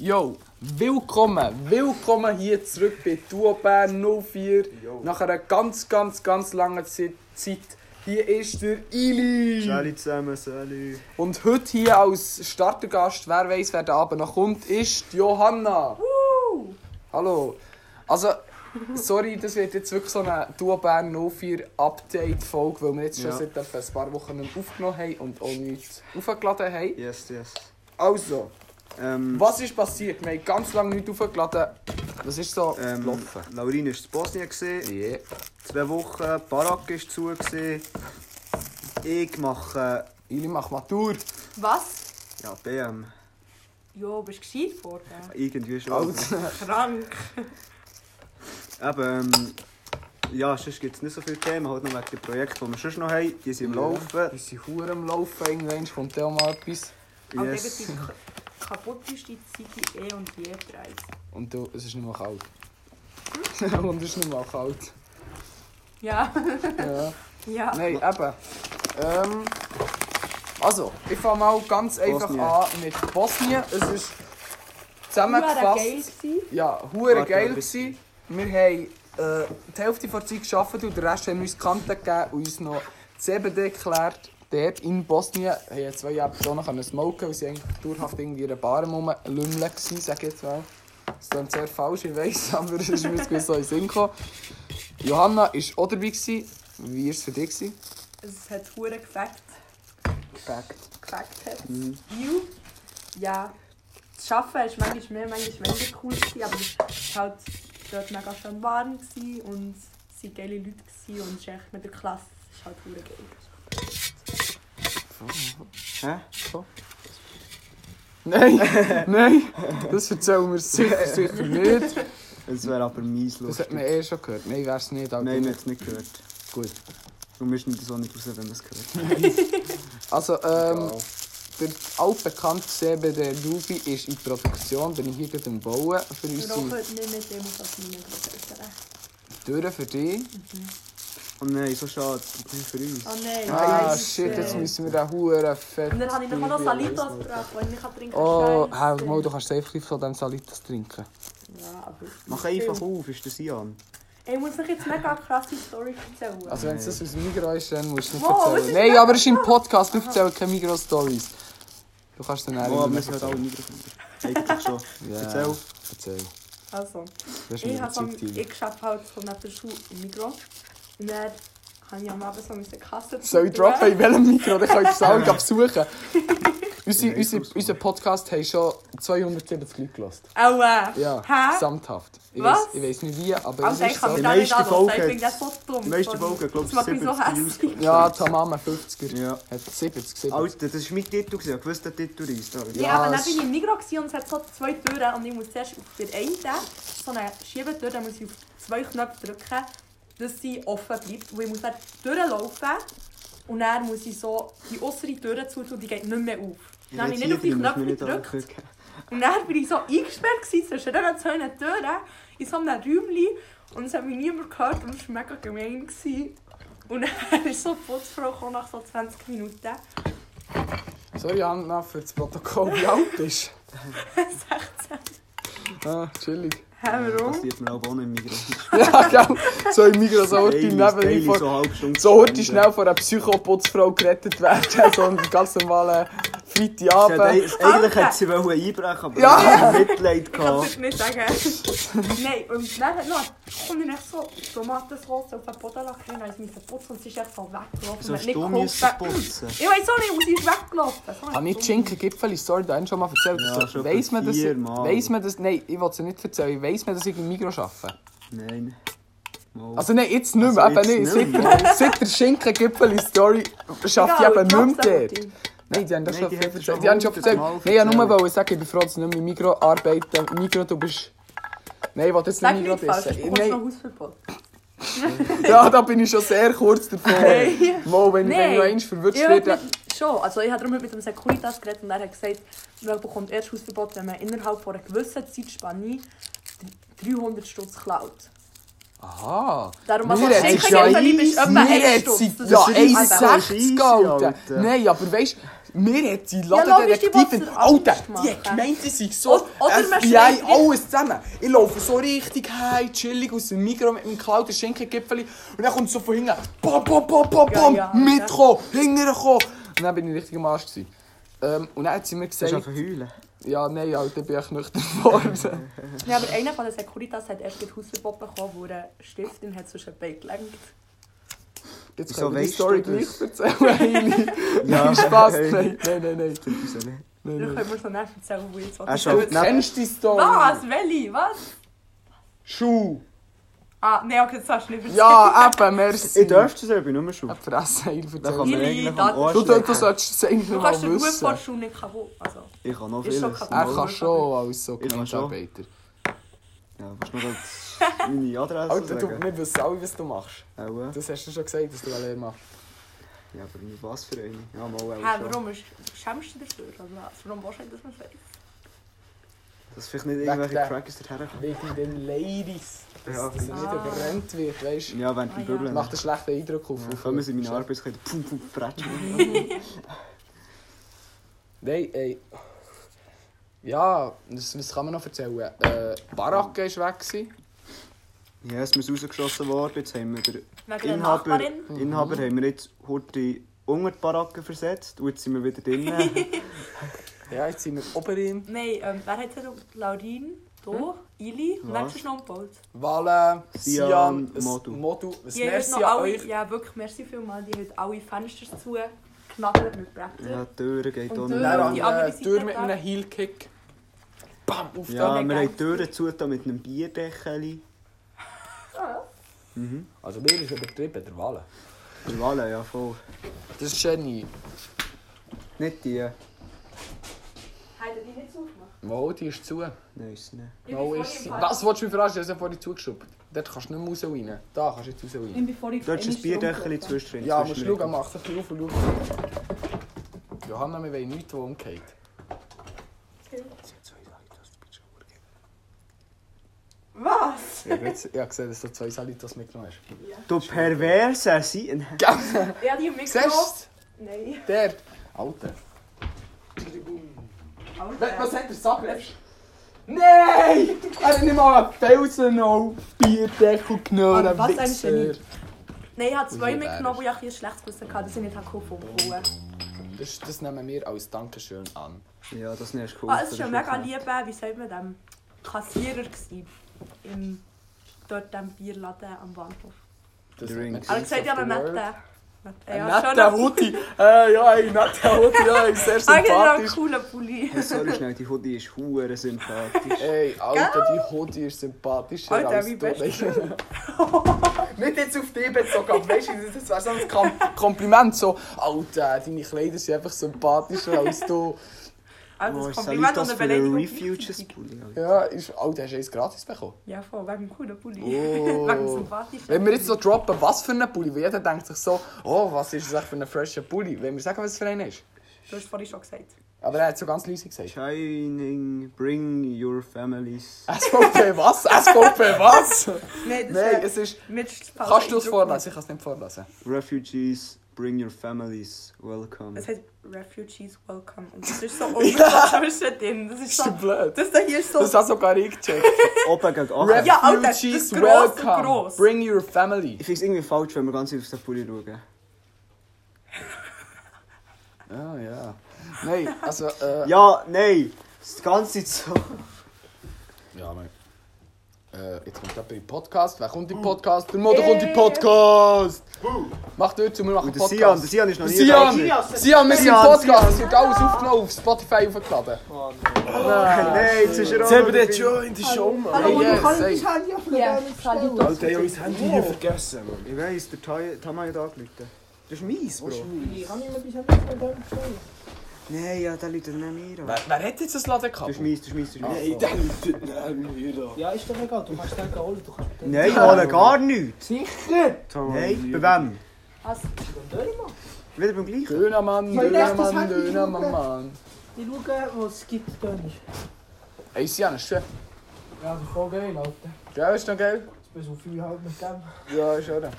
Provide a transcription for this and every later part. Yo, willkommen, willkommen hier zurück bei Duobern 04. Yo. Nach einer ganz, ganz, ganz langen Ze- Zeit. Hier ist der Ili. Salut zusammen, salut. Und heute hier als Startergast, wer weiß, wer da Abend noch kommt, ist die Johanna. Hallo. Also, sorry, das wird jetzt wirklich so eine Duobern 04 Update-Folge, weil wir jetzt schon Ja. seit etwa ein paar Wochen nicht aufgenommen haben und auch nichts aufgeladen haben. Yes, yes. Also. Ähm, Was ist passiert? Wir haben ganz lange nicht aufgeladen. Das ist so ähm, gelaufen. Laurin war in Bosnien, gewesen, Yeah. zwei Wochen, die Barack war zu. Gewesen. Ich mache Ili macht Matur. Was? äh, ja, BM. Jo, bist gescheit worden? Irgendwie schon. Alt. Krank. Aber ähm, ja, sonst gibt es nicht so viele Themen, halt noch wegen den Projekten, die wir sonst noch haben. Die sind im Laufen. Wir sind hure am Laufen. Irgendwann kommt da mal etwas. Aber Yes. eben die k- kaputteste Zeit in eh und je dreist. Und du, es ist nicht mal kalt. Und es ist nicht mal kalt. Ja, Ja. ja. Nein, eben. Ähm, also, ich fange mal ganz einfach Bosnien. an mit Bosnien. Es ist Huere geil zusammengefasst. gewesen. dus Ja, hure Warte, geil ein gsi. bisschen. Wir haben äh, die Hälfte der Zeit gearbeitet und den Rest haben wir uns Kante gegeben und uns noch E CBD erklärt. Dort in Bosnien haben ja zwei Jahre Personen können smoken, weil sie eigentlich dauerhaft irgendwie in einer Bar rumlümmeln waren, sag ich jetzt mal. Das klingt sehr falsch, ich weiss, aber es ist mir jetzt gewiss so in den Sinn gekommen. Johanna war auch dabei. Gewesen. Wie war es für dich? gewesen? Es hat hure gefeckt. Perfekt. Gefeckt hat. Mhm. You? Ja. Das Arbeiten ist manchmal mehr, manchmal weniger cool gewesen, aber es war halt dort mega schön warm gewesen und es waren geile Leute gewesen und es ist echt mit der Klasse. Es ist halt hure geil. Hä? Nein, nein, das erzählen wir sicher, sicher nicht. Es wäre aber mies Das los. hat man eh schon gehört. Nein, wäre es nicht. aber- Nein, wir haben es nicht gehört. Gut. Du mischst nicht so nicht raus, wenn man es gehört. Also, ähm, Egal. der altbekannte CBD Ruby ist in Produktion, bin ich hier gerade am Bauen für Wir rauchen unsere heute nicht mit dem, was meine Großeltern. Türen, für dich. Oh nein, so schade. Nicht für uns. Oh nein. Ah, Scheiße. shit, jetzt müssen wir den Huren fett. Und dann habe ich noch noch Salitos Bier- gebracht, weil ich nicht trinken kann. Oh, Scheiße. hä, mal, du kannst safe ein von diesem Salitas trinken. Ja, aber... Mach einfach auf, ist das Jan? Ey, ich muss euch jetzt mega krasse Story erzählen. Also, wenn es das aus dem Migros ist, dann musst du nicht Wow, was erzählen. ist Nein, das? aber es ist im Podcast, wir erzählen keine Migros-Stories. Du kannst dann Oh, aber ehrlich wir sind halt alle Mikrofone. Eigentlich schon. Ja. Erzähl. erzählen. also Das ist ich mir habe vom, ein Zeitteil. ich arbeite halt von neben der Schule im Migros. Und dann habe ich am Abend so mit der Kasse... Soll ich droppen, in welchem Mikro? Dann könnt ihr es alle besuchen. Unsere, unsere, unser Podcast haben schon 270 Leute gelassen. Aua! Ja, Hä? gesamthaft. Ich Was? weiss- ich weiß nicht wie, aber Also es ich ist kann so. mich Die da nicht meiste anlassen, Folge ich bin hat- das so dumm. Die meisten Sorry. Folgen, glaub ich, Das macht mich so 70 hässlich. Views. Ja, Tamama 50er. Ja. Hat 70, 70. Alter, das war mein Titel. gewesen. Ich wusste, der Titel reist. Alter. Ja, Ja, aber es- dann bin ich im Migros gewesen und es hat so zwei Türen und ich muss zuerst auf der einen so eine Schiebetür, dann muss ich auf zwei Knöpfe drücken, dass sie offen bleibt. Und ich muss dann durchlaufen und dann muss ich so die äußere Tür zutun und die geht nicht mehr auf. Dann habe ich nicht auf die Jetzt hier Knöpfe drin muss man gedrückt nicht angucken. und dann bin ich so eingesperrt gewesen zwischen diesen zwei Türen in so einem Räumchen und es hat mich niemand gehört und es war mega gemein. Gewesen. Und dann ist so die Putzfrau gekommen nach so 20 Minuten. Sorry, Anna, für das Protokoll, wie alt bist 16. du? Ah, chillig. Hä, warum? Passiert mir aber auch nicht im Migros. Ja, gell? So im Mikro, so heute Daily, daily, nebenan. so vor- halb Stunde. So heute schnell von einer Psychoputzfrau gerettet werden. So einen ganz normalen Sie hat Freitagabend. ei- Eigentlich hätte sie wollen einbrechen, aber Ja. ja. ich Mitleid Ich kann es dus gehabt. nicht sagen. Nein, und dann nou, hat noch, kommt dann echt so Tomatensauce auf den Boden lassen, dus dann ist mein Putz und sie ist echt so weggelaufen. So hat nicht stumm ist das geholfen. Putzen. Ich weiß auch nicht, und sie ist weggelaufen. So Habe ich dumm. die Schinken-Gipfeli-Story da schon mal erzählt? Ja, schon weiss man das? viermal. Weiss man das? Nein, ich will sie nicht erzählen. Weiss man, dass ich im Mikro arbeite? Nein. Mal. Also nein, jetzt nicht mehr. Also eben jetzt nicht. nicht Seit, der- seit der Schinken-Gipfeli-Story schaffe Egal, ich eben ich nicht glaub's mehr aber dort. nicht. Nein, die haben das Nein, schon die viel haben das erzählt. schon Die haben schon erzählt. hundertmal Nein, ich wollte nur erzählt. wollen sagen, ich bin froh, dass ich nicht mehr im Mikro arbeite. Mikro, du bist... Nein, ich will jetzt nicht Sag Mikro nicht falsch, dissen. du bekommst noch Nein, Hausverbot. ja, da bin ich schon sehr kurz davor. Nein. Mal, wenn, wenn Nein. noch eins Ich verwirrt hab wird... ja. mit, schon, also ich habe darum mit dem Securitas geredet und er hat gesagt, man bekommt erst Hausverbot, wenn man innerhalb von einer gewissen Zeitspanne 300 Stutz klaut. Aha. Darum, Mir also hat sich ja Schenken bist Mir etwa ein hat Stutz. sie Das ja ist eins- einfach- 1,60 Alter. gehalten. Nein, aber weißt du, mir hat die logisch, die Ladendetektivin... wollten Alter, Angst die hat machen. gemeint, sie sei Oder- so oder man FBI, schreit richtig- alles zusammen. Ich laufe so richtig heim, chillig aus dem Mikro mit meinem geklauten Schinkengipfeli und dann kommt so von hinten, bam, bam, bam, bam, Ja, bam, ja, mitkommen, hinterherkommen. Und dann bin ich richtig am Arsch. Gewesen. Ähm, und dann hat sie mir Das ist gesagt, einfach heulen. ja, nein, Alter, bin ich nüchtern geworden. Ja, aber einer von der Securitas hat erst ein Hausverbot bekommen, wo er Stift ihm hat zwischen Bein gelenkt. Jetzt Wieso können wir die weisst Story du gleich das? erzählen, Heini. Nein, Spass, nein, nein, nein, nein. Hm. Dann können wir so nachher erzählen, wo ich jetzt Er was. Du schaut neben. kennst die Story. Was? Welli? Was? Schuh. Ah, nein, okay, das hast du nicht erzählt. Ja, eben, merci. Ich dürfte es eben, nur schon. Eine Fresse, ich Da kann erzähl. man Willi, eigentlich da- am Du, du, du Arsch lecken. solltest es eigentlich Du noch kannst mal den Ruf wissen. von der Er Schule nicht kaputt. Also, Ich kann noch Ist vieles. schon kaputt. Ja, kann schon als so Ich kann schon. Mitarbeiter. kannst du noch das- meine Adresse Alter, du, sagen? wir wissen alle, was du machst. Auch, äh. Das hast du schon gesagt, dass du eine Lehre machst. Ja, aber mit was für eine? Ja, mal auch hä, schon. warum ist, schämst du dich dafür? Also, was- warum willst du nicht, dass man es weiß? Dass vielleicht nicht Wegen irgendwelche der- Crackers daherkommen. Wegen den Ladies. Dass, Ja. dass er nicht Ah. überrennt wird, weißt du. Ja, während Ah, dem ja. Bübeln. Macht einen schlechten Eindruck auf. Ja, auf- kommen sie in meine auf- Arbeit und pum pum bretschen. Nein, ey. Ja, dus das, was kann man noch erzählen? Äh, die Baracke war weg. Gewesen. ja, es muss rausgeschossen worden. Jetzt haben wir den Wegen der Inhaber, Nachbarin? Inhaber haben wir jetzt heute unter die Baracke versetzt. Und jetzt sind wir wieder drinnen. Ja, jetzt sind wir oberin. Nein, ähm, wer hat gesagt? Laurin, du, Ili und wer Was? ist noch am Boot? Wale, Sian, Sian, ein Modu. Modu. Ein Die haben Merci noch an alle, euch. ja wirklich, merci vielmals, die haben alle Fenster zugeknackert mit Brettern. ja, die Türen geht Und auch Türen. nicht. Dann Ja, an die die andere Seite Tür mit da. einem Heel-Kick. Bam, auf Ja, da. wir haben die Türen zugetan mit einem Bierdeckel. Ah, Also mir ist übertrieben, der Wale. Die Wale, ja voll. Das ist Jenny. Nicht die. Hat er die nicht zugemacht? Wow, die ist zu. Nein, ist sie nicht. Ich bin Mal vorhin ist im sie. Park- Was willst du mich verarschen? Ich habe vorhin zugeschoben. Dort kannst du nicht mehr raus rein. Da kannst du jetzt raus rein. Ich bin vorhin Dort ist ein einmal Bierdeckel rumgelaufen. zwischendrin. Ja, musst zwischen du mir. schauen, mach ein bisschen auf und schau. Johanna, wir wollen nichts, was umgeht. Was? Ich habe gesehen, dass du zwei Salitos mitgenommen hast. Du perverser Sein. Ja, die haben mich gelobt. Siehst Nein. du? Der. Alter. Was hat der Sack? Nein! Er hat nicht mal einen Felsen auf Bierdeckel genommen. Aber was ein ein Wichser. Genie. Nein, ich habe zwei Wieso mitgenommen, wo ich ein bisschen ein schlechtes Gewissen hatte, dass ich nicht gekauft habe. Ah, Das, das nehmen wir als Dankeschön an. Ja, das ist cool. Ah, es war ein mega lieber, wie sagt man dem, Kassierer gewesen, im dort dem Bierladen am Bahnhof. Das Drink. nennt man Er hat Drinks gesagt, ja, of aber the World. netten. Ein Ja, netter schon Hoodie. Äh, ja, ein netter Hoodie. Ja, ein sehr Eigentlich ein sympathisch. cooler Pulli. Hey, sorry schnell, die Hoodie ist hure sympathisch. Ey, Alter, die Hoodie ist sympathischer Alter, als wie du. best- Nicht jetzt auf dich bezogen, aber weißt du, das wäre so ein Kom- Kompliment. So, Alter, deine Kleider sind einfach sympathischer als du. Also Oh, das ist Salitas Kompliment das und eine für ein Beleidigung. Refuges Pulli? Alter. Ja, ist, Alter, hast du eins gratis bekommen? Ja, voll, wegen dem coolen Pulli. Oh. wegen dem sympathischen. Wenn wir jetzt so droppen, was für ein Pulli, weil jeder denkt sich so, oh, was ist das eigentlich für ein fresher Pulli? Wenn wir sagen, was es für einen ist. Du hast vorhin schon gesagt. Aber er hat so ganz leise gesagt. Shining, bring your families. SVP was? SVP was? Nein, Nein, es ist... Kannst du es vorlesen? Ich kann es nicht vorlesen. Refugees, bring your families. Welcome. Es heißt Refugees Welcome. Und das ist so unbekannt zwischen denen. Das ist Ist du so... blöd? Das da Dus hier ist so... Das hat sogar ich gecheckt. Oben gegen Refugees, Achen. Ja, Alter, das ist gross, welcome. gross. Bring your family. Ich finde es irgendwie falsch, wenn wir ganz auf den Pulli schauen. Ja, Ah, ja. Nein, also... Äh, Ja, nein! Das ganze so. ja, nein. Äh, jetzt kommt jemand in den Podcast. Wer Hm. kommt in den Podcast? Der Mutter Äh. kommt in den Podcast! Macht heute zu, wir machen Und einen der Sian, der Podcast. Sian ist noch nie da. Sian! gewesen. Sian, wir sind im Sian, Podcast. Sian. Es wird alles aufgenommen auf Spotify hochgeladen. Nein, jetzt ist er auch noch dabei. in die Show, Mann. Hey, yes, hey. Ja, Salitas. Alter, ich hab mein Handy hier vergessen, Mann. Ich weiss, der Tamay Tama hat angerufen. Das ist meins, Bro. Nein, ja, der läutet nicht mir an. Wer, wer hat jetzt das Ladekabel? Das ist meins, das ist meins, das ist meins. Nein, der läutet nicht mehr an. Ja, ist doch egal, du kannst den holen, du kannst den Nein, ich hole gar nichts. Nein, bei wem? Was? Dönermann. Wieder beim gleichen. Dönermann, Soll ich das Dönermann, Handy Dönermann, suchen? Mann. Ich schaue, wo es gibt Döner. Ey, Sian, ist schön. Ja, voll geil, Alter. Gell, ist noch geil? bis auf viel halb mit dem. Ja, ist oder?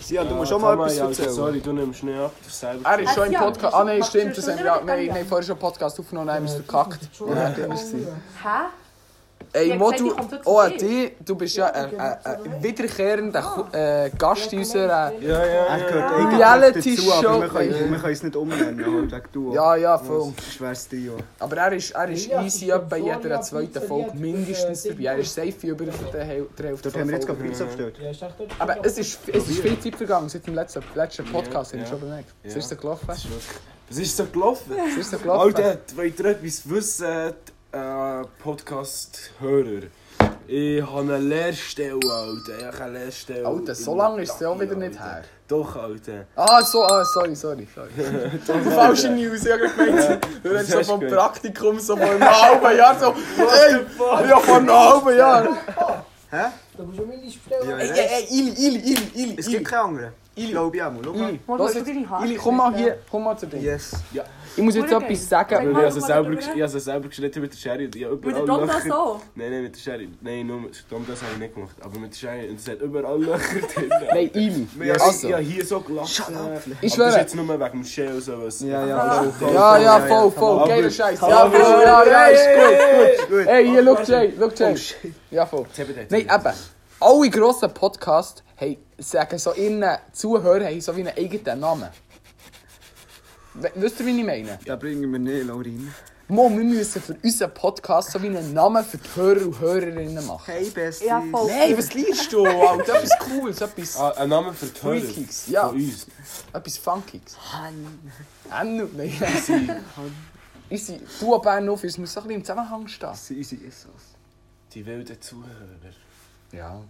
Sia, du musst schon mal etwas erzählen. Sorry, du nimmst nicht ab, das selber. Er ist schon im Ja, Podcast. Ah, nein, machst du stimmt, das schon haben wir ja. wieder Nein, gegangen? nein, vorher schon einen Podcast aufgenommen und haben wir es Äh, verkackt. Ja, Hä? Ey, hat Mo, gesagt, du, die kommt heute zu oh, an dir. dich, du bist ja ein äh, äh, wiederkehrender Ku- äh, Gast in unserer. Ja, ja, Er ja. gehört Reality eigentlich dazu, aber wir Show. können, wir können es nicht umnennen, halt, wegen du. Ja, ja, voll. voll. Schweres Trio. Aber er ist, er ist Ja, easy das ist etwa in schon so, jeder ja, zweiten Pizzeria, Folge mindestens äh, dabei. Er ist safe über die Häl- die Hälfte Dort der haben wir jetzt Folge. gerade Pizza bestellt. Ja, ist echt dort. Aber es ist, es ist viel Zeit vergangen seit dem letzten, letzten Podcast, Ja, haben wir schon bemerkt. Es ist so gelaufen. Es Was ist so gelaufen? ist so gelaufen. Alter, wollt ihr etwas wissen, äh, Podcast-Hörer? Ich habe eine Lehrstelle, Alter. Ich habe eine Lehrstelle. Alter, so in lange ist es ja auch Taki, wieder nicht Alter. her. Doch, Alter. Ah, so, ah, sorry, sorry, sorry. Falsche News, ich hab grad gemeint, wir reden so hast vom du Praktikum, so vor einem halben Jahr, so, ey, ja, vor einem halben Jahr. Da musst du mir nicht bestellen. Ja, Ey, ja. ey, ey, Ili, Ili, Ili, Ili, Es Ili, gibt keinen anderen. Ich glaube ich auch mal. Schau mal. Ili, Mo, lass du jetzt, deine Haare Ili, komm mal hier, komm mal zu dir. Mm. Yes. Ich muss jetzt Hure geil. etwas sagen. Ich Mal, habe sie mal selber, darüber. gesch- ich habe sie selber geschnitten mit der Sherry. und Ich habe Mit der überall Donna Löcher- so. Nein, nein, mit der Sherry. Nein, nur mit Dom, das habe ich nicht gemacht. Aber mit der Sherry. Und es hat überall Löcher drin. Nein, Ili, Ja, also, ich habe hier so gelacht. Ich Aber das schwöre. ist jetzt nur wegen dem Shell so was. Ja, ja, voll. ja, ja, voll, voll, Aber- geiler Scheiß. Ja, voll, ja, ja, ist gut, gut. Ey, hier, schau, Jay, schau, Jay. Ja, voll. Nein, eben. Alle grossen Podcasts haben, sagen so innen Zuhörer haben so wie einen eigenen Namen. We- Wisst ihr, wie ich meine? Da bringen wir nicht, Laurin. Mo, wir müssen für unseren Podcast so wie einen Namen für die Hörer und Hörerinnen machen. Hey, Bestie. Ja, voll. Nein, was liest du? Alter, etwas Cooles, etwas, Ah, ein Ah, Name für die Hörer. Freakies, ja. Von uns. etwas Funkiges. Hannu. Nein, easy. Easy. Du, Bern, Office muss so ein bisschen im Zusammenhang stehen. Das sind unsere Essos. Die wilden Zuhörer. Ja.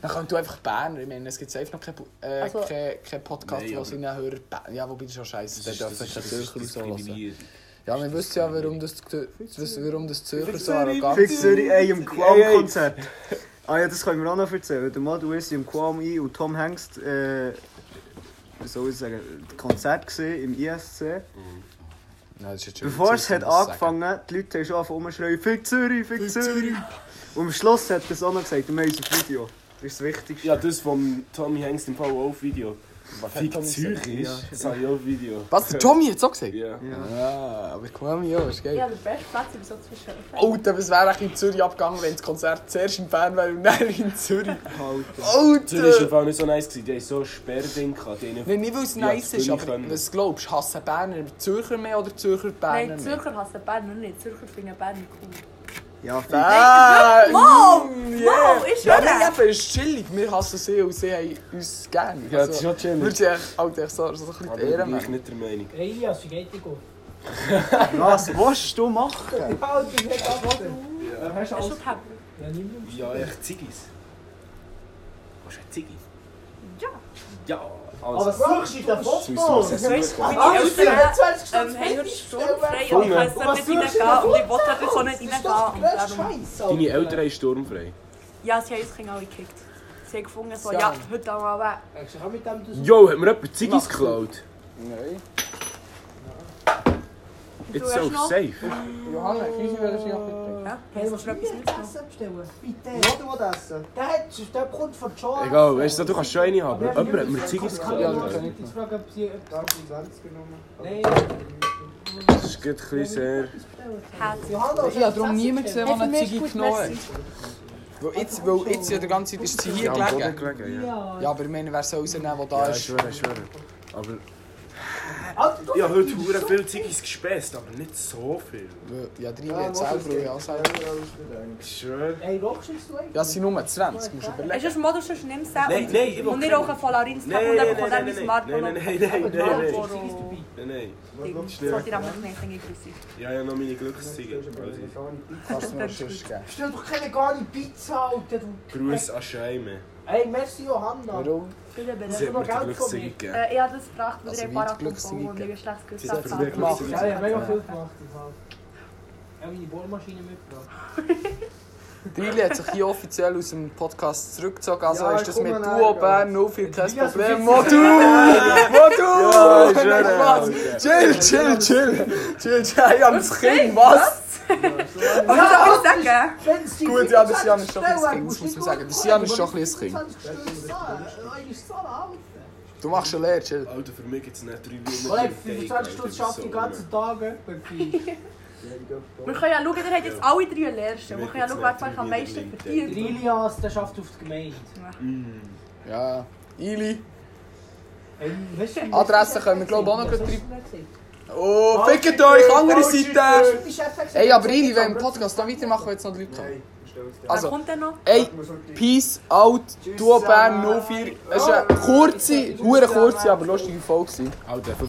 Dann könnt du einfach Berner, ich meine, es gibt safe noch keinen äh, Also- kein, kein Podcast, Nein, wo aber- seine Hörer... Ba- Ja, wobei das ist schon scheiße, der darf sich Zürcher und so hören. Diskriminierung. Ja, wir wissen ja, warum das, das, warum das Zürcher so arrogant Fix sind. Zürich, ey, im Ey, ey. Quam-Konzert. Ah ja, das können wir auch noch erzählen. Der Madu ist im Quam ein und Tom Hengst, äh, wie soll ich sagen, Konzert gesehen im ISC. Nein, das ist jetzt schon Bevor es Zürcher, hat muss ich sagen. angefangen hat, die Leute haben schon angefangen rumschreien, Fick Zürich, Fick Zürich. Und am Schluss hat das auch noch gesagt, wir haben unser Video. Das ist das Wichtigste. Ja, das vom Tommy Hengst im VO-Video. Fick Zürich ist, das habe ich auch Video. Was, der Tommy hat es auch gesagt? Ja. genau. Ja, aber guck mal, ja, ist geil. Ich habe den besten Platz, um so zu verschönern. Alter, was wäre eigentlich in Zürich abgegangen, wenn das Konzert zuerst in Bern wäre und dann in Zürich? Alter. Zürich war Alter! im Fall nicht so nice, gewesen. die haben so ein Sperrding gehabt. die haben- Nein, nicht weil es Ja, nice das ist, will ich aber können. was glaubst du, hassen Berner die Zürcher mehr oder die Zürcher die Berner Nein, die mehr? Zürcher hassen Berner nicht. Die Zürcher finden Berner cool. Ja, Fick. Ah, Mom! yeah. Mom, ist Ja, er? nein, eben, es ist chillig. Wir hassen sie und sie haben uns gerne. Ja, Also, das ist schon Wir chillig. sind echt, Alter, echt so, so ein bisschen Aber die ich Ehre, bin Mann. nicht der Meinung. Elias, wie geht die gut? Was willst du machen? Alter, ich hätte abwarten. Hast du schon gehabt? Ja, nimm mich. Ja, echt Ziggis. Was ist ein Ziggi? Ja. Ja, Aber also. Bro, ich schieße Football. Weißt du, Ah, meine ich bin Eltern 20 ähm, haben Stunden heute sturmfrei Junge. und ich weiss Was nicht suchst reingehen du da und ich wollte dort so nicht Das reingehen. ist doch Und der darum... Scheiß. Deine Eltern haben sturmfrei. Ja, sie haben uns Kinder alle gekickt. Sie haben gefunden, so, Ja. ja, heute Abend. Ich kann mit dem du Jo, hat mir jemand Ziggis geklaut? Nein. It's hast so noch- safe. Johanna, ich will dich nicht Ja, hast du schon etwas mitgenommen? Essen bestellen. Bitte. Wo du das essen? Der hat schon, der kommt von Charles. Egal, weißt du, du kannst schon eine haben. aber Jemand hat mir Ziggis Ja, geklaut. du Alter. kannst jetzt fragen, ob sie... Ganz die Glanz genommen. Nein, Das ist gerade ein bisschen sehr. Herz. Johanna... Ich habe darum niemanden gesehen, der eine Hey, für mich Ziege ist gut, genommen hat. merci. Weil jetzt, weil jetzt ja die ganze Zeit ist sie hier Ja, am Boden gelegen. gelegen, ja. Ja, Ja, aber ich meine, wer soll rausnehmen, der da Ja, ich ist? schwöre, ich schwöre. Aber Alter, du... ich habe heute hure viel Ziggis gespäst, aber nicht so viel. Ja, drei jetzt selber, ja, selber. Ich schwöre. Ey, lockst du jetzt Ja, nou, es sind nur 20, musst du Hast du überlegen. das Modus schon nimm es auch Nein, und- nein, ich will Und nicht keine- auch ein Volarins Nein, haben und nein, einfach von nein, deinem nein, Smartphone nein, und- nein, nein, nein, nein, nein. nein. Nein, nein. Ding. Was Das willst wollte du? ich damit nicht hängen gewesen. Ja, ja, noch meine Glückszeugen. Kannst du mir sonst geben. Bestell doch keine vegane Pizza, Alter, du... Gruß an Scheime. Ey, merci Johanna. Warum? Bitte, Sie bitte. hat mir die Glückszeugen gegeben. Äh, Ich habe das gefragt, weil Also ihr ein wie paar die Akkus Glückssieger. und ihr schlechtes Gewissen Das ist für mich habt. Glückszeugen. Ja, ich habe mega viel gemacht im Fall. Ich habe meine Bohrmaschine mitgebracht. Dili hat sich hier offiziell aus dem Podcast zurückgezogen. Also Ja, ist das komm mit mal Duo rein, Bern nur viel kein Elias, Problem. du Mo du! Mo Ja, du! ist Oh, Nein, er, Spaß. Alter. Chill, chill, chill! Chill, chill, ich hab das Kind, was? Kann ich das sagen? Gut, ja, der Sian ist schon ein bisschen Kind, das muss man sagen. Der Sian ist schon ein bisschen Kind. Du machst schon leer, chill. Alter, für mich gibt es nicht drei Kollege, 25 Stunden schafft die ganzen Tage. Drei Wir können ja schauen, ihr habt jetzt alle drei Lehrstellen. Wir können ja schauen, wer von euch am meisten verdient. Lias, der schafft auf die Gemeinde. Ja. Ili. Ähm, weißt du, wie- Adresse können wir, glaub ich, auch noch gleich drüber- Das Oh, fickt euch, andere Seite! Ey, aber Ili, wenn wir im Podcast. Podcast noch weitermachen, wenn jetzt noch die Leute kommen. Wer Also, kommt denn noch? ey, Peace out, Tschüss du Bern 04. Es war eine kurze, hure kurze, aber lustige Folge. gewesen. Alter,